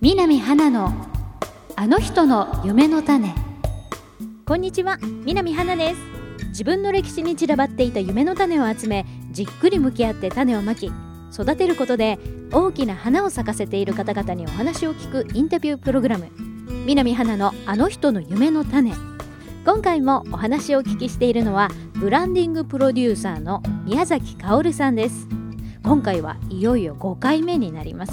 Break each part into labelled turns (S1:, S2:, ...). S1: 南花のあの人の夢の種
S2: こんにちは南花です自分の歴史に散らばっていた夢の種を集めじっくり向き合って種をまき育てることで大きな花を咲かせている方々にお話を聞くインタビュープログラム南花のあの人の夢の種今回もお話をお聞きしているのはブランディングプロデューサーの宮崎薫さんです今回はいよいよ5回目になります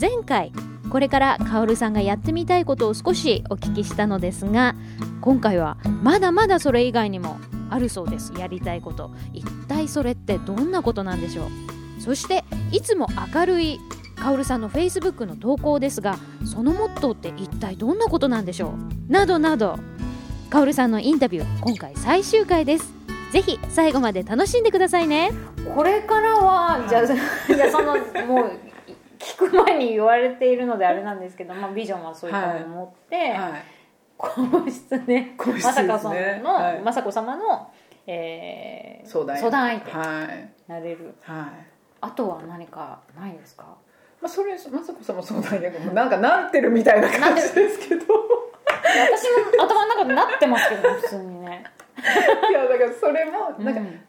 S2: 前回これから薫さんがやってみたいことを少しお聞きしたのですが今回はまだまだそれ以外にもあるそうですやりたいこと一体それってどんなことなんでしょうそしていつも明るい薫さんの Facebook の投稿ですがそのモットーって一体どんなことなんでしょうなどなど薫さんのインタビュー今回最終回ですぜひ最後まで楽しんでくださいね
S3: これからは、じゃあじゃあそのもう聞く前に言われているのであれなんですけど、まあ、ビジョンはそういったものを持って、
S4: はい、
S3: 皇室ね
S4: 皇室ですね
S3: 雅子さんの、
S4: はい
S3: 雅子様の、えー
S4: 相談
S3: 相談相手に
S4: はい
S3: なれる
S4: はい
S3: あとは何かないですか
S4: まあ、それ雅子さんも相談役もなんかなってるみたいな感じですけど
S3: 私も頭の中でなってますけど普通にね
S4: いやだからそれも なんか
S3: うん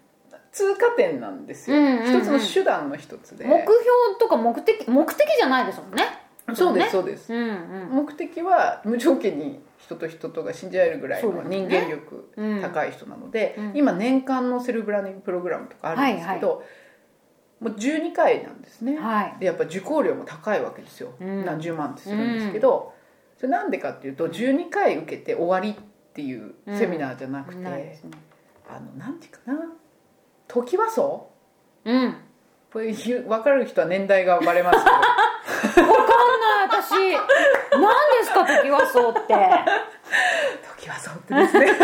S4: 通過点なんですよ、
S3: うんうんうん
S4: 一つの手段の一つで
S3: 目標とか目的目的じゃないですもんね
S4: そうです、
S3: ね
S4: そうです
S3: うんうん
S4: 目的は無条件に人と人とが信じ合えるぐらい
S3: そう
S4: の
S3: ですね
S4: 人間力
S3: うん
S4: 高い人なので、
S3: うん
S4: 今年間のセルブランディングプログラムとかあるんですけど、もう12回なんですね、
S3: はい
S4: でやっぱ受講料も高いわけですよ、
S3: うん
S4: 何十万ってするんですけど、それなんでかっていうと12回受けて終わりっていうセミナーじゃなくて、
S3: ないですね
S4: あのなんていうかなトキワ荘
S3: うん
S4: これ言う分かる人は年代がバレますけど
S3: わかんない私何ですか時はそうって
S4: トキワ荘ってですね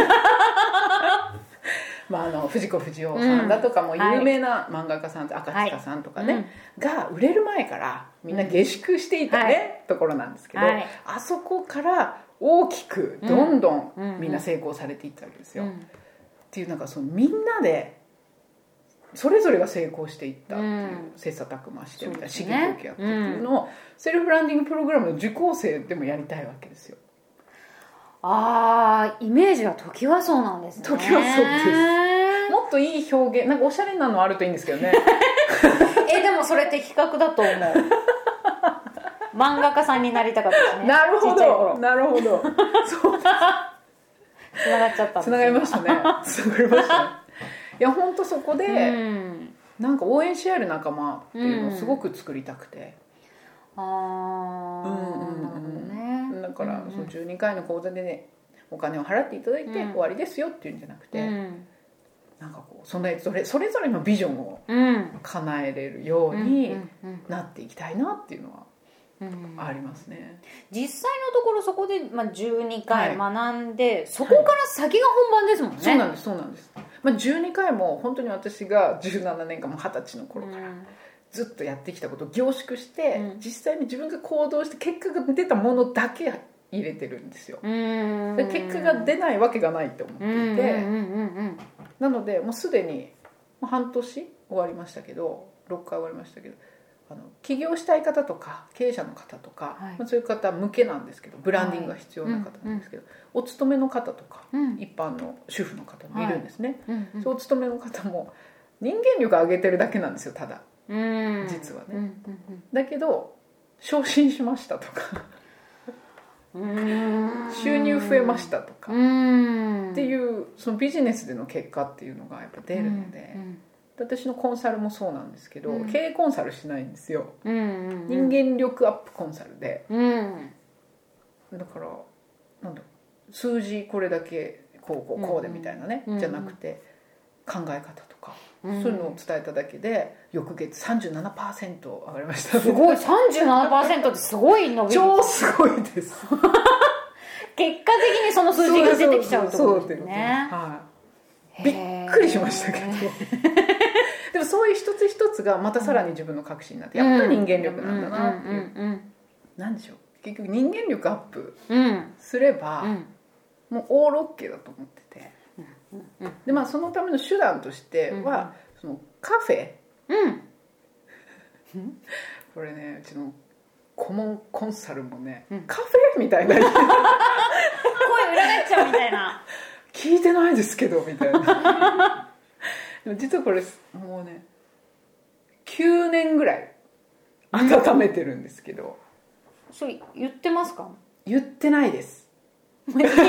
S4: まあ、あの藤子不二雄さんだとかも
S3: ん
S4: 有名な漫画家さん、赤塚さんとかね、が売れる前からみんな下宿していたね、
S3: は
S4: ところなんですけど、
S3: はい
S4: あそこから大きくどんど
S3: うんうん
S4: んみんな成功されていったわけですよ、
S3: う
S4: っ
S3: ん
S4: ていうなんかそのみんなでそれぞれが成功していったっていう、
S3: うん
S4: 切磋琢磨してみたいな
S3: そう
S4: 刺
S3: ですね
S4: 激を受け合ってっていうのを、セルフランディングプログラムの受講生でもやりたいわけですよ
S3: あーイメージは時はそうなんですね
S4: トキワ荘でもっといい表現なんかおしゃれなのあるといいんですけどね
S3: えでもそれって企画だと思う漫画家さんになりたかったですね
S4: なる
S3: ち
S4: ほ
S3: っちゃい頃
S4: どなるほど そう
S3: つながっちゃったんです
S4: つながりま したねつながりましたねいや本当そこで、
S3: うん
S4: なんか応援し合える仲間っていうのをすごく作りたくて、
S3: ああなるほ
S4: うんうん
S3: どね
S4: だから
S3: うん
S4: その12回の講座でねお金を払っていただいて
S3: うん
S4: 終わりですよっていうんじゃなくて、
S3: うん
S4: なんかこうそんなそれそれぞれのビジョンを
S3: うん
S4: 叶えれるよう
S3: う
S4: に
S3: んうん
S4: なっていきたいなっていうのは
S3: うん
S4: ありますね、
S3: 実際のところそこで、まあ、12
S4: は
S3: 回
S4: い
S3: 学んで、そこから先が本番ですもんね
S4: そうなんですそうなんです、まあ、12回も本当に私が17年間も二十歳の頃からずっとやってきたことを凝縮して、
S3: うん
S4: 実際に自分が行動して結果が出たものだけ入れてるんですよ、
S3: うん
S4: で結果が出ないわけがないと思っていて、
S3: うんうんうんうん
S4: なのでもうすでにもう半年終わりましたけど6回終わりましたけどあの起業したい方とか経営者の方とか、
S3: はい
S4: まあそういう方向けなんですけどブランディングが必要な方なんですけど、お勤めの方とか、
S3: うん
S4: 一般の主婦の方もいるんですね、
S3: うんうん
S4: そうお勤めの方も人間力上げてるだけなんですよただ
S3: うん
S4: 実はね
S3: うん
S4: だけど昇進しましたとか
S3: うんうんうん
S4: 収入増えましたとか、
S3: うん
S4: って
S3: う
S4: いうそのビジネスでの結果っていうのがやっぱ出るので、私のコンサルもそうなんですけど、
S3: うん
S4: 経営コンサルしないんですよ、
S3: うんうん
S4: 人間力アップコンサルで
S3: うん
S4: だからなんだろう数字これだけこうこうこうでみたいなね、
S3: うんうん
S4: じゃなくて考え方とか、
S3: うん
S4: そういうのを伝えただけで翌月37%上がりました
S3: すごい
S4: 超
S3: 37%ってすごい伸び結果
S4: すごいです
S3: 的にその数字が出てきちゃうって
S4: そ
S3: こ
S4: う
S3: と
S4: そう
S3: で
S4: そ
S3: す
S4: うそう
S3: ね
S4: はい
S3: へ
S4: び
S3: ー
S4: っくりしましたけどでもそういう一つ一つがまたさらに自分の革新になってやっぱり人間力なんだなっていう、
S3: うん
S4: なんでしょう結局人間力アップ
S3: うんうん
S4: すれば、
S3: うんうん
S4: もうオール OK だと思ってて、でまあそのための手段としては、そのカフェ
S3: うん
S4: これねうちの顧問コンサルもね、
S3: うん
S4: カフェみたいな
S3: 声裏返っちゃうみたいな
S4: 聞いてないですけどみたいな でも実はこれもうね9年ぐらい温めてるんですけど、
S3: それ言ってますか
S4: 言ってないです
S3: いいですか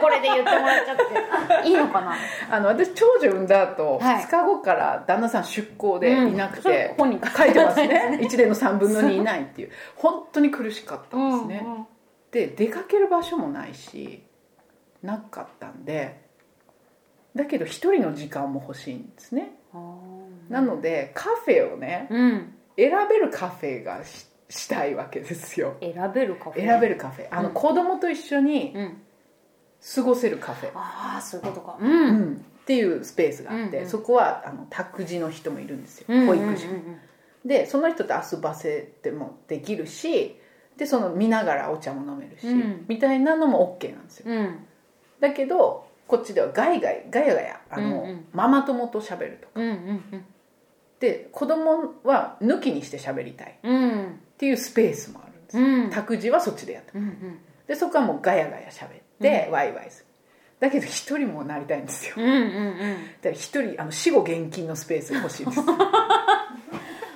S3: これで言ってもらっちゃっていいのかな
S4: あの私長女産んだ後、
S3: はい
S4: 2日後から旦那さん出向でいなく
S3: それ
S4: て、
S3: 本に
S4: 書いてます ね1年の3分の2いないっていう本当に苦しかったんですね、
S3: うんうん
S4: で出かける場所もないしなかったんでだけど一人の時間も欲しいんですね、なのでカフェをね
S3: うん
S4: 選べるカフェがししたいわけですよ
S3: 選べるカフェ
S4: 選べるカフェあの、
S3: うん
S4: 子供と一緒に
S3: うん
S4: 過ごせるカフェ、
S3: ああそういうことかうん
S4: うんっていうスペースがあって、
S3: うんうん
S4: そこはあの託児の人もいるんですよ
S3: うん
S4: 保育士
S3: う
S4: も
S3: んうん
S4: でその人と遊ばせてもできるしでその見ながらお茶も飲めるし、
S3: うん
S4: みたいなのも OK なんですよ
S3: うんうん
S4: だけどこっちではガイガイガヤガヤあの、
S3: うんうん
S4: ママ友と喋ると
S3: うんうん
S4: で子供は抜きにして喋りたいっ
S3: うんうん
S4: ていうスペースもあるんです、
S3: うん
S4: 託児はそっちでやって
S3: うんうん
S4: でそこはもうガヤガヤ喋って、ワイワイするだけど一人もなりたいんですよ
S3: うんうん
S4: だから一人あの死後現金のスペースが欲しいんで すっ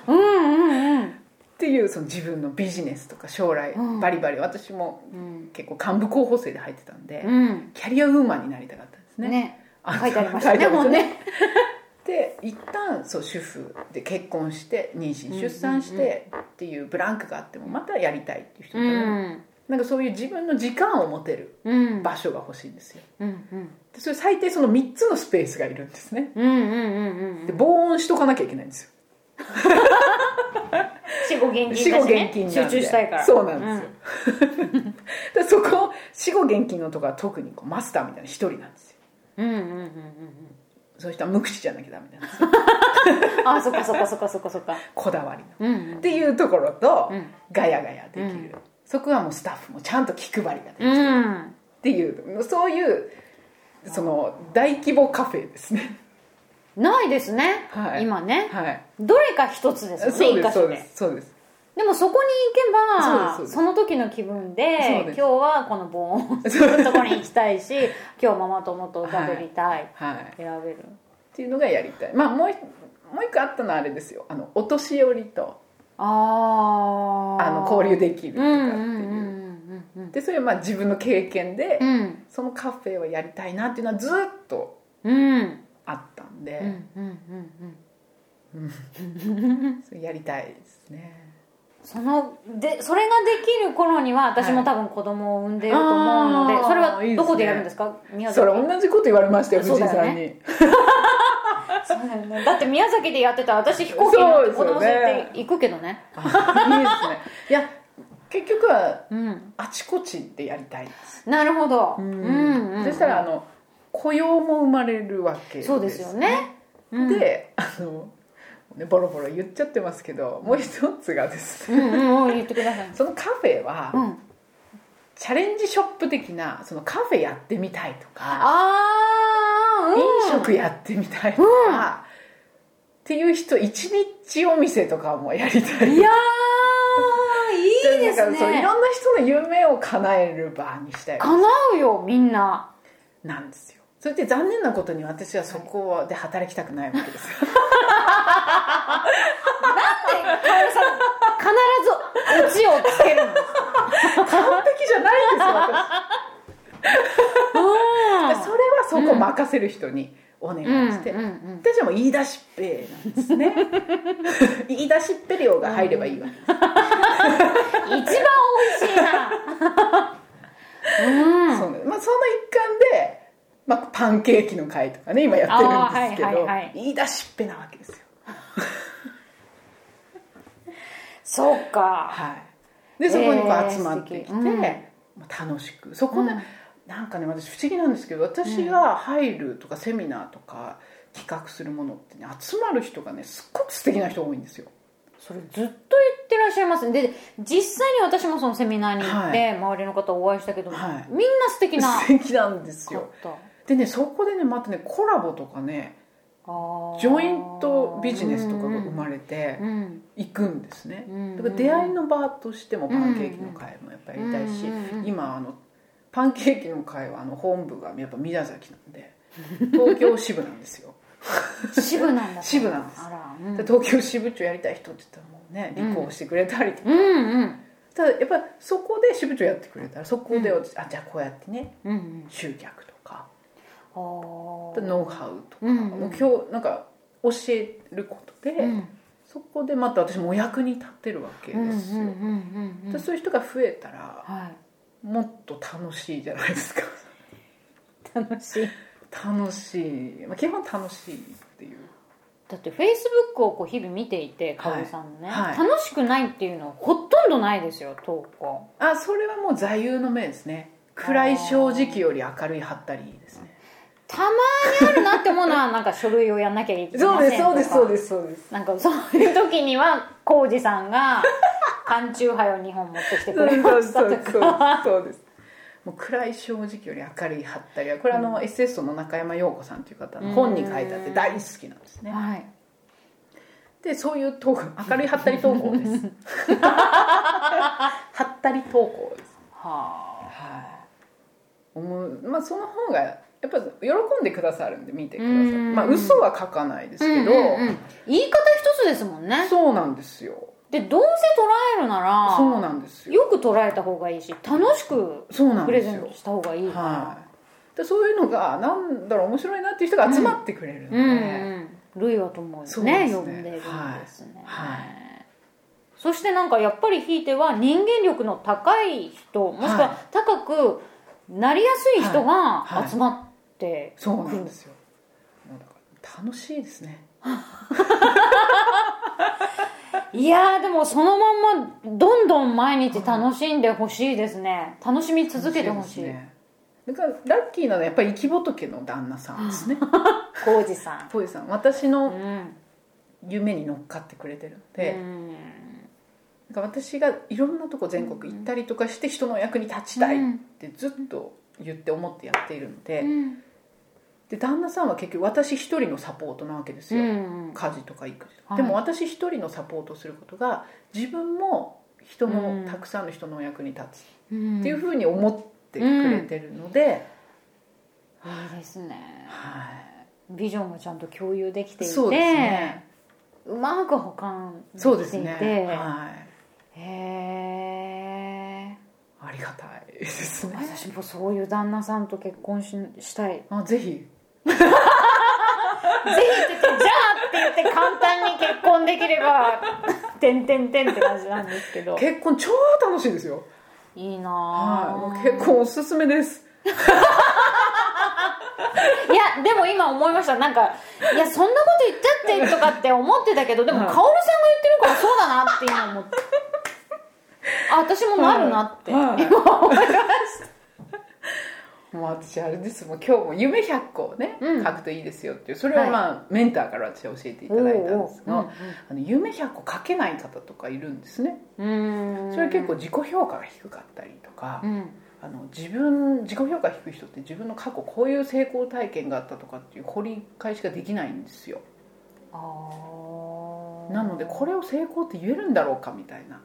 S3: うんうんうん
S4: ていうその自分のビジネスとか将来
S3: うん
S4: バリバリ私も
S3: うん
S4: 結構幹部候補生で入ってたんで、
S3: うん
S4: キャリアウーマンになりたかったんですね
S3: ね
S4: あの
S3: 書いてありましたね
S4: 書いてあるんですよ
S3: も
S4: で一旦そう主婦で結婚して妊
S3: うんう
S4: 娠
S3: ん
S4: 出産してっていうブランクがあってもまたやりたいっていう人
S3: う
S4: もいる、
S3: ん
S4: なんかそういう自分の時間を持てる
S3: うん
S4: 場所が欲しいんですよ
S3: うんうん
S4: でそれ最低その3つのスペースがいるんですね
S3: うんうんうんうんう
S4: で
S3: ん
S4: 防音しとかなきゃいけないんですよ
S3: 死後現
S4: 死
S3: 金だ
S4: 後
S3: しね
S4: 現金なんで
S3: 集中したいから
S4: そうなんですよ、でそこ死後現金のとこは特にこうマスターみたいな一人なんですよ
S3: うんうんうんうんうん
S4: そういう人は無口じゃなきゃダメなんですよ
S3: うんあそっかそっかそっかそっかそっか
S4: こだわりの
S3: うんうん
S4: っていうところと、
S3: うん
S4: ガヤガヤできる、
S3: うん
S4: そこはもうスタッフもちゃんと気配りができ
S3: う
S4: る、っ
S3: ん
S4: ていうそういうその大規模カフェですね
S3: ないですね
S4: はい
S3: 今ね
S4: はい
S3: どれか一つです
S4: そ
S3: よ
S4: う
S3: ね
S4: で
S3: 一箇
S4: すそ
S3: 所
S4: うで
S3: です
S4: そうです
S3: でもそこに
S4: そ
S3: 行
S4: うで
S3: け
S4: す
S3: ば
S4: そう
S3: そ
S4: です
S3: の時の気分で
S4: そうで
S3: 今
S4: す
S3: 日はこのボーンするとこに行きたいし今日ママ友と喋りたい、
S4: はいっ
S3: 選べる
S4: ていうのがやりたいまあもう一もう一個あったのはあれですよあのお年寄りと
S3: ああ
S4: あの交流できると
S3: う
S4: かっ
S3: ん
S4: て
S3: うん
S4: いう,、
S3: うんうん
S4: でそれはまあ自分の経験で、
S3: うん
S4: そのカフェをやりたいなっていうのはずっと
S3: うん
S4: あったん
S3: うんうん
S4: で、
S3: うんうん
S4: それやりたいですね
S3: そのでそれができる頃には私も多分子供を産んでいると思うので、
S4: はいあー
S3: それはどこでやるんですか宮
S4: そ
S3: 崎
S4: れ同じこと言われましたよ
S3: そ
S4: 藤
S3: う
S4: 井
S3: だよね
S4: さん
S3: そ
S4: に。
S3: うだよねだって宮崎でやってたら私飛行機に乗って子供連れて行くけどね
S4: あいいですねいや結局は
S3: うん
S4: あちこちでやりたいです、
S3: なるほど、うんうんうん
S4: そしたらあの雇用も生まれるわけ
S3: そうですよね、うん、
S4: であのねボロボロ言っちゃってますけどもう一つがです
S3: う
S4: ね、
S3: んうんうん言ってください
S4: そのカフェは、
S3: うん
S4: チャレンジショップ的なそのカフェやってみたいとか
S3: あー、うん、
S4: 飲食やってみたいとか、っていう人一日お店とかもやりたい
S3: いやーいいで
S4: な
S3: す
S4: んかそうい
S3: ね
S4: ろんな人の夢を叶える場にしたい
S3: 叶うよみんな
S4: なんですよそれで残念なことに私はそこで働きたくないわけ ですよ
S3: 必ずオチをつけるんです
S4: 完璧じゃないんですよ 私それはそこ任せる人にお願いして、
S3: うんうんうん
S4: 私はもう言い出しっぺなんです ね言い出しっぺ量が入ればいいわけです、
S3: 一番美味しい なうん
S4: そうねまあ、その一環で、まあ、パンケーキの会とかね今やってるんですけど、
S3: あーはいはいはい
S4: 言い出しっぺなわけですよ
S3: そうか
S4: はい、でそこにこ
S3: え
S4: う
S3: ー
S4: 集まってきて、
S3: 素敵うん
S4: まあ楽しくそこね、
S3: うん
S4: なんかね私不思議なんですけど私が入るとかセミナーとか企画するものってね集まる人がねすっごく素敵な人多いんですよ
S3: それずっと言ってらっしゃいますねで実際に私もそのセミナーに行って、
S4: は
S3: 周りの方お会いしたけど、
S4: はい
S3: みんな素敵な
S4: 素敵なんです
S3: かっ
S4: よ
S3: た
S4: でねそこでねまたねコラボとかねジョイントビジネスとかが生まれて
S3: うん
S4: いくんですね
S3: うんうん
S4: だから出会いの場としてもパンケーキの会もやっぱりやりたいし
S3: うんうんうん
S4: 今あのパンケーキの会はあの本部がやっぱ宮崎なんで 東京支部なんですよ
S3: 支部なんだ
S4: 支部なんです
S3: あら、う
S4: で
S3: ん、
S4: 東京支部長やりたい人って言ったらもうね立候補してくれたりとか、
S3: うんうん
S4: ただやっぱそこで支部長やってくれたらそこで、
S3: うん
S4: あじゃあこうやってね
S3: うんうん
S4: 集客とか
S3: あー
S4: ノウハウとか、
S3: うんうん
S4: もう今日なんか教えることで、
S3: うん
S4: そこでまた私もお役に立ってるわけ
S3: うんうん
S4: ですよ、
S3: うんうんうん
S4: でそういう人が増えたら
S3: はい
S4: もっと楽しいじゃないですか
S3: 楽しい
S4: 楽しい、まあ、基本楽しいっていう
S3: だってフェイスブックをこう日々見ていて
S4: はい
S3: かおさんのね、
S4: はい
S3: 楽しくないっていうのはほとんどないですよ投稿
S4: あそれはもう座右の銘ですね暗い正直より明るいはったりですね
S3: たまにあるなって思うのはなんか書類をやんなきゃいけませんとか
S4: すそうです
S3: なんかそういう時には浩二さんが 缶チューハイを2本持ってきてくれましたとか
S4: そうですもう暗い正直より明るいはったりはこれあの、SS の中山陽子さんという方の本に書いてあって大好きなんですね、
S3: はい
S4: でそういう投稿明るいはったり投稿です はったり投稿です
S3: は
S4: はい思うまあその方がやっぱ喜んでくださるんで見てくだ
S3: う
S4: さる
S3: ん
S4: まあ嘘は書かないで
S3: あ
S4: すけど、
S3: うんうんうん言い方一つですもんね
S4: そうなんですよ
S3: でどうせ捉えるなら
S4: そうなんですよ
S3: よく捉えた方がいいし楽しく
S4: そうなん
S3: プレ
S4: です
S3: ゼン
S4: よ
S3: トした方がいい
S4: は
S3: か
S4: い、でそういうのがなんだろう面白いなっていう人が集まってくれるので、
S3: ら、うんうんルイは友よ
S4: そう
S3: ね
S4: ですね
S3: 呼んでるんですね、
S4: はいはい
S3: そしてなんかやっぱりひいては人間力の高い人もしくは
S4: は
S3: 高くなりやすい人が
S4: はいはい
S3: 集まってく
S4: そ
S3: る、
S4: うなんですよもうだから楽しいですね
S3: いやーでもそのまんまどんどん毎日楽しんでほしいですね楽しみ続けてほしい
S4: 楽ですねだからラッキーなのはやっぱり生き仏の旦那さんですね
S3: 浩二さん
S4: ポイさん私
S3: う
S4: の
S3: ん
S4: 夢に乗っかってくれてるの
S3: う
S4: で、
S3: ん
S4: なんか私がいろんなとこ全国行ったりとかして人の役に立ちたいってずっと言って思ってやっているので,、
S3: うん
S4: で旦那さんは結局私一人のサポートなわけです
S3: う
S4: よ、
S3: ん
S4: 家事とか育児とか、
S3: はい
S4: でも私一人のサポートをすることが自分も人の、
S3: うん
S4: たくさんの人のお役に立つ
S3: うん
S4: っていうふうに思ってくれてるので、
S3: いいですね
S4: はい
S3: ビジョンがちゃんと共有できていて
S4: そうですね
S3: うまく保管できていて
S4: そうですねはい
S3: へえ
S4: ありがたいですね
S3: 私もそういう旦那さんと結婚ししたいぜ
S4: あぜひ
S3: ひって言ってじゃあって言って簡単に結婚できれば 「てんてんてん」って感じなんですけど
S4: 結婚超楽しいですよ
S3: いい
S4: はい
S3: な
S4: も
S3: ぁ、
S4: う結婚おすすめです
S3: いやでも今思いましたなんかいやそんなこと言ったってとかって思ってたけどでも
S4: はい
S3: 薫さんが言ってるからそうだなって今思ってあ私もなるなって、
S4: はい
S3: 今思いました
S4: もう私あれですもう今日も夢100個をね、
S3: うん
S4: 書くといいですよっていうそれをまあ、メンターから私は教えていただいたんですが、
S3: おうおう
S4: あの夢100個書けない方とかいるんですね
S3: うーん
S4: それは結構自己評価が低かったりとか、
S3: うん
S4: あの自分自己評価低い人って自分の過去こういう成功体験があったとかっていう掘り返しができないんですよ
S3: あー
S4: なのでこれを成功って言えるんだろうかみたいな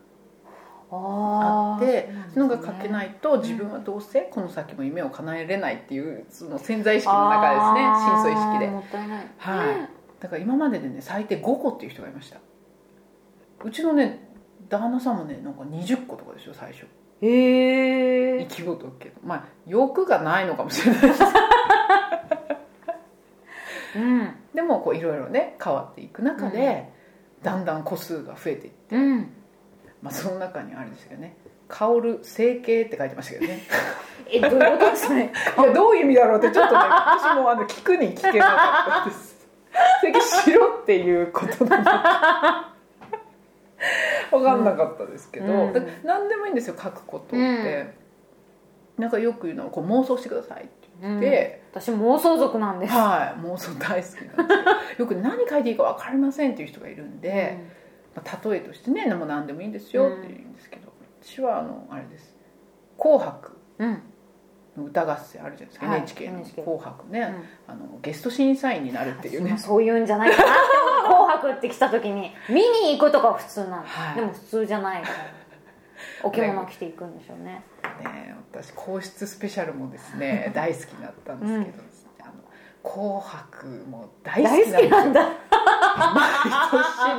S4: あ
S3: あ
S4: ってそのが書け
S3: い
S4: ないと自分はどうせこの先も夢を叶えれないっていうその潜在意識の中ですね深層意識で
S3: もったいない
S4: はいだから今まででね最低5個っていう人がいましたうちのね旦那さんもねなんか20個とかですよ最初
S3: へえ
S4: 生き事けどまあ欲がないのかもしれない です
S3: うん
S4: でもこういろいろね変わっていく中で、だんだん個数が増えていって、
S3: うん
S4: まあ、その中にあれですけどね「薫る整形」って書いてましたけどね
S3: えどういう ことですね
S4: いやどういう意味だろうってちょ っとね私もあの聞くに聞けなかったです整形しろっていうことなの分かんなかったですけど、
S3: うん
S4: だ何でもいいんですよ書くことって、
S3: うん
S4: なんかよく言うのはこう妄想してくださいって
S3: う
S4: 言
S3: ん
S4: って、
S3: 私妄想族なんです
S4: はい、妄想大好きなんですよよく何書いていいか分かりませんっていう人がいるんで、まあ、例えとしてねもう何でもいいんですよって言うんですけど、私はあのあれです「紅白
S3: うん」
S4: 歌合戦あるじゃないですか、
S5: はい
S4: NHK の
S5: NHK
S4: 紅白ね、あのゲスト審査員になるっていうね
S5: まあそういうんじゃないかなって思って「紅白」って来た時 に見に行くとかは普通なの、
S4: はい
S5: でも普通じゃないからお着物着ていくんでしょうね
S4: ね私皇室スペシャルもです ね大好きだったんですけど、あの紅白も大好
S5: 大
S4: き
S5: 好きな
S4: な
S5: んん
S4: ですよ
S5: だ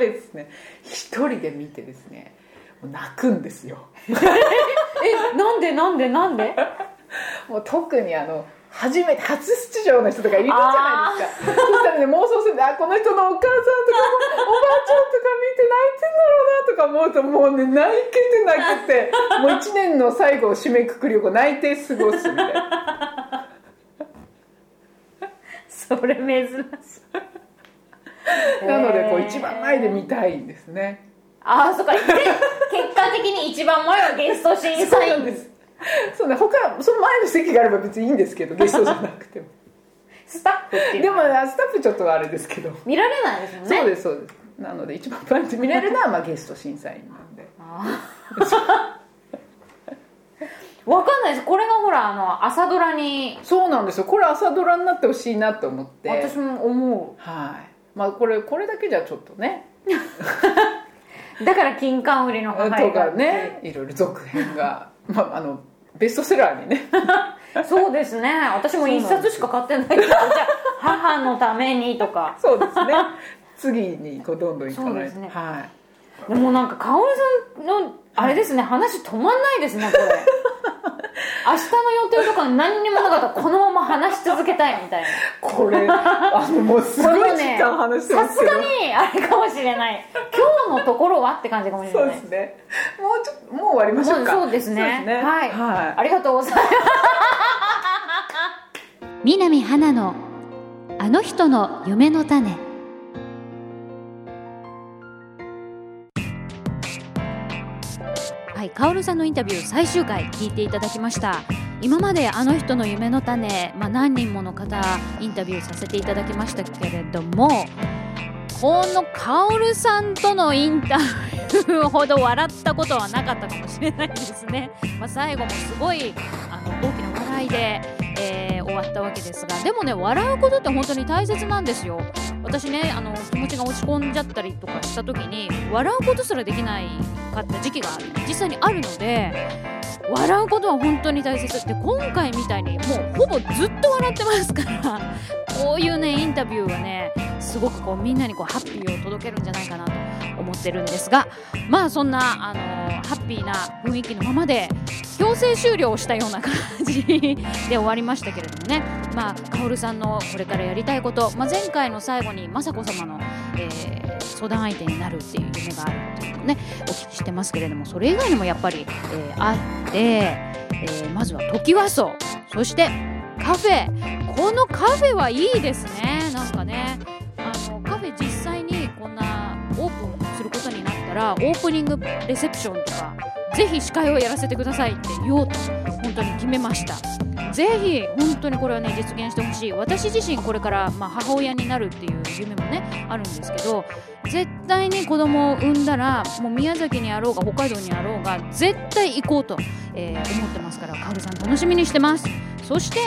S4: 毎年ですね一人で見てですねもう泣くんですよ
S5: えなんでなんでなん で
S4: もう特にあの初めて初出場の人とかいるじゃないですかそしたらね妄想するんであこの人のお母さんとかおばあちゃんとか見て泣いてんだろうなとか思うともうね泣いてて泣けてもう一年の最後を締めくくりをこう泣いて過ごすみたいな。
S5: それ珍しい
S4: なのでこ
S5: へ
S4: う
S5: ー
S4: 一番前で見たいんですね。
S5: ああそっ かで結果的に一番前はゲスト審査員
S4: す。そうね、他その前の席があれば別にいいんです けどゲストじゃなくても。
S5: スタッフっていう
S4: でもあスタッフちょっとあれですけど。
S5: 見られないですもんね
S4: そうですそうです。なので一番前で見れるのはまあゲスト審査員なんで。
S5: わかんないですこれがほらあの朝ドラに
S4: そうなんですよ。これ朝ドラになってほしいなと思って。
S5: 私も思
S4: はい。まあこれこれだけじゃちょっとね。
S5: うだから金柑売りの
S4: と
S5: 母が
S4: かね、いろいろ続編が まああのベストセラーにね。
S5: そうですね私も一冊しか買ってないけどじゃあ母のためにとか
S4: そうですね。次にこうどんどん行か
S5: そう
S4: な
S5: で
S4: い
S5: す
S4: と。
S5: ね
S4: はい。
S5: でもなんかかおりさんのあれですね話止まんないですねこ れ明日の予定とか何にもなかったらこのまま話し続けたいみたいな
S4: これあのもうすごい時間話してま
S5: さ
S4: す
S5: す
S4: けど、
S5: がにあれかもしれない今日のところはって感じかもし
S4: そ
S5: れ
S4: う
S5: ない
S4: ですねもうちょっともう終わりましょうか
S5: そうそうですねはい
S4: は
S5: ありがとうございます
S6: 南花のあの人の夢の種
S3: はい、カオルさんのインタビュー最終回聞いていただきました今まであの人の夢の種、まあ、何人もの方インタビューさせていただきましたけれどもこのカオルさんとのインタビューほど笑ったことはなかったかもしれないですね、まあ、最後もすごいあの大きな笑いで、えー終わったわけですがでもね笑うことって本当に大切なんですよ私ねあの気持ちが落ち込んじゃったりとかした時に笑うことすらできないかった時期が実際にあるので笑うことは本当に大切で今回みたいにもうほぼずっと笑ってますからこういうねインタビューはねすごくこうみんなにこうハッピーを届けるんじゃないかなと思ってるんですがまあそんなあのハッピーな雰囲気のままで強制終了をしたような感じで終わりましたけれどもね まあカオルさんのこれからやりたいこと、まあ、前回の最後に雅子様の、えー相談相手になるっていう夢があるっていうのをねお聞きしてますけれどもそれ以外にもやっぱり、えーあって、えーまずはトキワ荘そしてカフェこのカフェはいいですねなんかねあのカフェ実際にこんなオープンすることになったらオープニングレセプションとかぜひ司会をやらせてくださいって言おうと本当に決めましたぜひ本当にこれはね実現してほしい私自身これから、まあ、母親になるっていう夢もねあるんですけど絶対に子供を産んだらもう宮崎にあろうが北海道にあろうが絶対行こうと、えー思ってますからカオルさん楽しみにしてますそして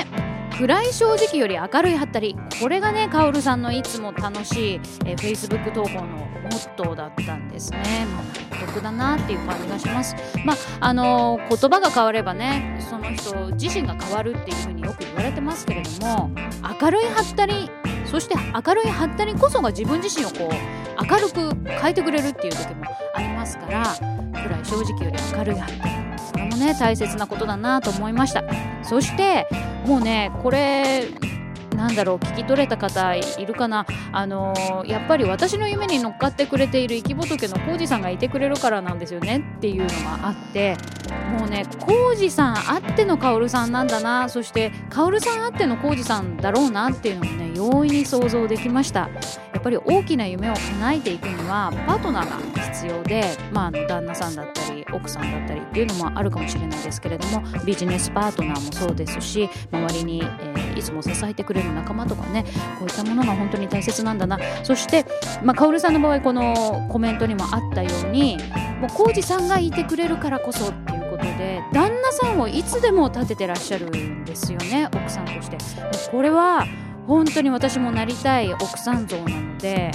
S3: 暗い正直より明るいハったりこれがねカオルさんのいつも楽しい、えー、Facebook 投稿のモットーだったんですね、まあ、納得だなっていう感じがしますまああのー言葉が変わればねその人自身が変わるっていうふうによく言われてますけれども明るいハったりそして明るいハったりこそが自分自身をこう明るく変えてくれるっていう時もありますから暗い正直より明るい発見それもね大切なことだなと思いましたそしてもうねこれなんだろう聞き取れた方いるかなあのーやっぱり私の夢に乗っかってくれている生き仏の浩二さんがいてくれるからなんですよねっていうのがあってもうね浩二さんあっての薫さんなんだなそして薫さんあっての浩二さんだろうなっていうのもね容易に想像できましたやっぱり大きな夢を叶えていくにはパートナーが必要で、まあ、あの旦那さんだったり奥さんだったりっていうのもあるかもしれないですけれどもビジネスパートナーもそうですし周りに、えーいつも支えてくれる仲間とかねこういったものが本当に大切なんだなそして、まあ、カオルさんの場合このコメントにもあったようにもう浩二さんがいてくれるからこそっていうことで旦那
S2: さんをいつでも立ててらっしゃるんですよね奥さんとしてもうこれは本当に私もなりたい奥さん像なので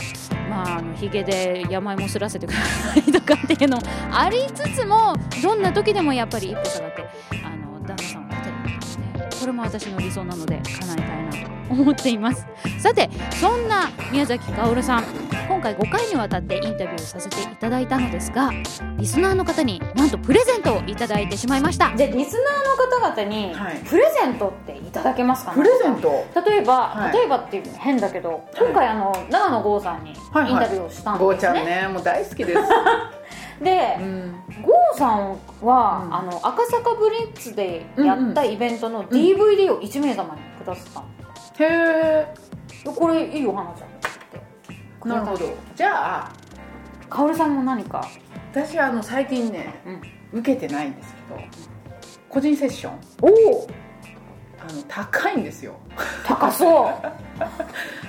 S2: まああのひげで病もすらせてくださいとかっていうのもありつつもどんな時でもやっぱり一歩下がってあの旦那さんを立てるのでこれも私の理想なので叶えたいなと思っていますさてそんな宮崎薫さん今回5回にわたってインタビューをさせていただいたのですがリスナーの方になんとプレゼントをいただいてしまいました
S3: じゃあリスナーの方々に
S4: はい
S3: プレゼントっていただけますかね
S4: プレゼント
S3: 例えば、
S4: はい
S3: 例えばっていうの変だけど今回あの長野剛さんにインタ
S4: はいはい
S3: ビューをしたんですね、
S4: ゴーちゃんねもう大好きです、
S3: で
S4: うん
S3: 郷さんは、
S4: うん
S3: あの赤坂ブリッツでやったイベントの DVD を1名様にくださったの、
S4: へえ
S3: これいいお花じゃんってくれ
S4: な
S3: たの
S4: るほどじゃあ
S3: かおるさんも何か、
S4: 私はあの最近ね
S3: うん、
S4: 受けてないんですけど個人セッション
S3: おお
S4: あの高いんですよ
S3: 高そ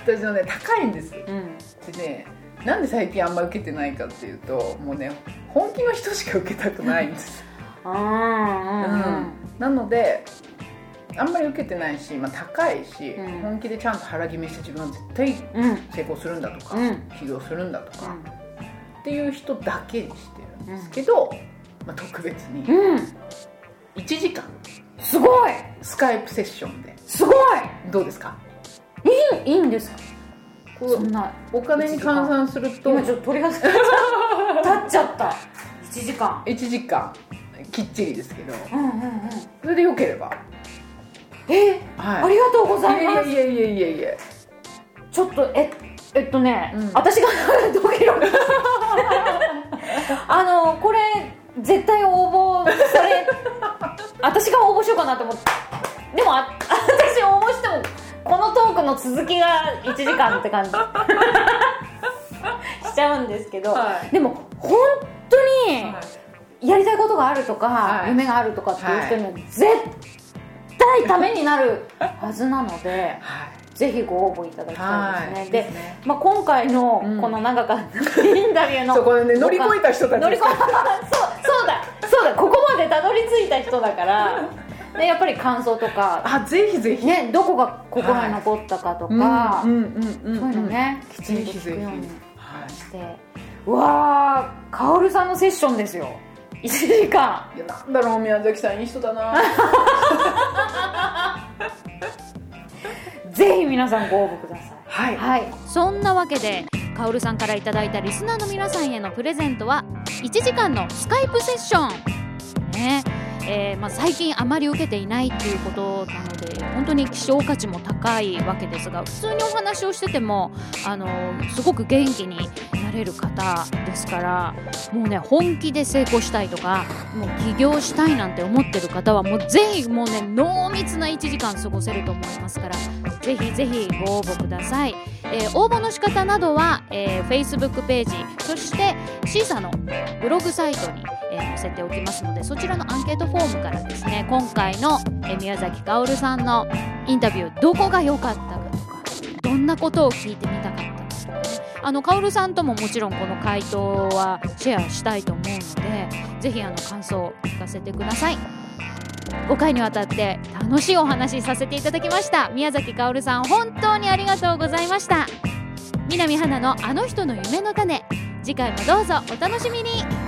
S4: 私のね高いんです
S3: う、うん、
S4: でねなんで最近あんま受けてないかっていうともうね本気の人しか受けたくないん です
S3: あ
S4: なのであんまり受けてないし、まあ、高いし、
S3: うん
S4: 本気でちゃんと腹決めして自分は絶対
S3: ーうんうんうん
S4: 成功するんだとか、
S3: うん
S4: 起業するんだと
S3: う
S4: か、
S3: ん
S4: っていう人だけにしてるんですけど、まあ、特別に
S3: うん
S4: 1時間
S3: すごい
S4: スカイプセッションです
S3: ごい
S4: どうですか
S3: いいいいんですか
S4: こう
S3: そんな
S4: お金に換算すると
S3: 今ちょっと鳥が立っちゃった1時間
S4: 1時間きっちりですけど
S3: うんうんうん
S4: それでよければ
S3: え
S4: はい
S3: ありがとうございます
S4: いやいやいやいやいや
S3: ちょっとええっとね、
S4: うん
S3: 私がドキ ドキあのこれ絶対応募それ私が応募しようかなと思ってでもあ私応募してもこのトークの続きが1時間って感 じしちゃうんですけど、
S4: はい
S3: でも本当にやりたいことがあるとか、
S4: はい
S3: 夢があるとかっていう人には絶対ためになるはずなので。
S4: は
S3: ぜひご応募いただきたいですね。
S4: はい
S3: で
S4: いいですね
S3: まあ、今回の
S4: うん
S3: この長かったインタビュー
S4: い
S3: の、
S4: そうこれね乗り越えた人たち
S3: 乗り越え そうそうだそうだここまでたどり着いた人だから、ね、やっぱり感想とか、
S4: あぜひぜひ
S3: ね、どこが心に残ったかとか、
S4: うんうんうん
S3: そういうのね、きち
S4: ぜ
S3: んと
S4: ひぜ
S3: 聞く
S4: ひ
S3: ように
S4: は
S3: してうわーカオルさんのセッションですよ1時間
S4: いいやなんだろう宮崎さんいい人 だな
S3: ぜひ皆さんご応募ください
S4: はい
S3: はい
S2: そんなわけでカオルさんからいただいたリスナーの皆さんへのプレゼントは1時間のスカイプセッション、ねえーまあ、最近あまり受けていないっていうことなので本当に希少価値も高いわけですが普通にお話をしててもあのすごく元気になれる方ですからもうね本気で成功したいとかもう起業したいなんて思ってる方はもうぜひもうね濃密な1時間過ごせると思いますからぜひぜひご応募ください。えー応募の仕方などは、えー Facebook ページそしてシーサのブログサイトに、えー載せておきますのでそちらのアンケートフォームからですね今回の、えー宮崎かおるさんのインタビューどこが良かったかとかどんなことを聞いてみたかったかとかねあの薫さんとももちろんこの回答はシェアしたいと思うのでぜひあの感想を聞かせてください5回にわたって楽しいお話しさせていただきました宮崎かおるさん本当にありがとうございました南花のあの人の夢の種次回もどうぞお楽しみに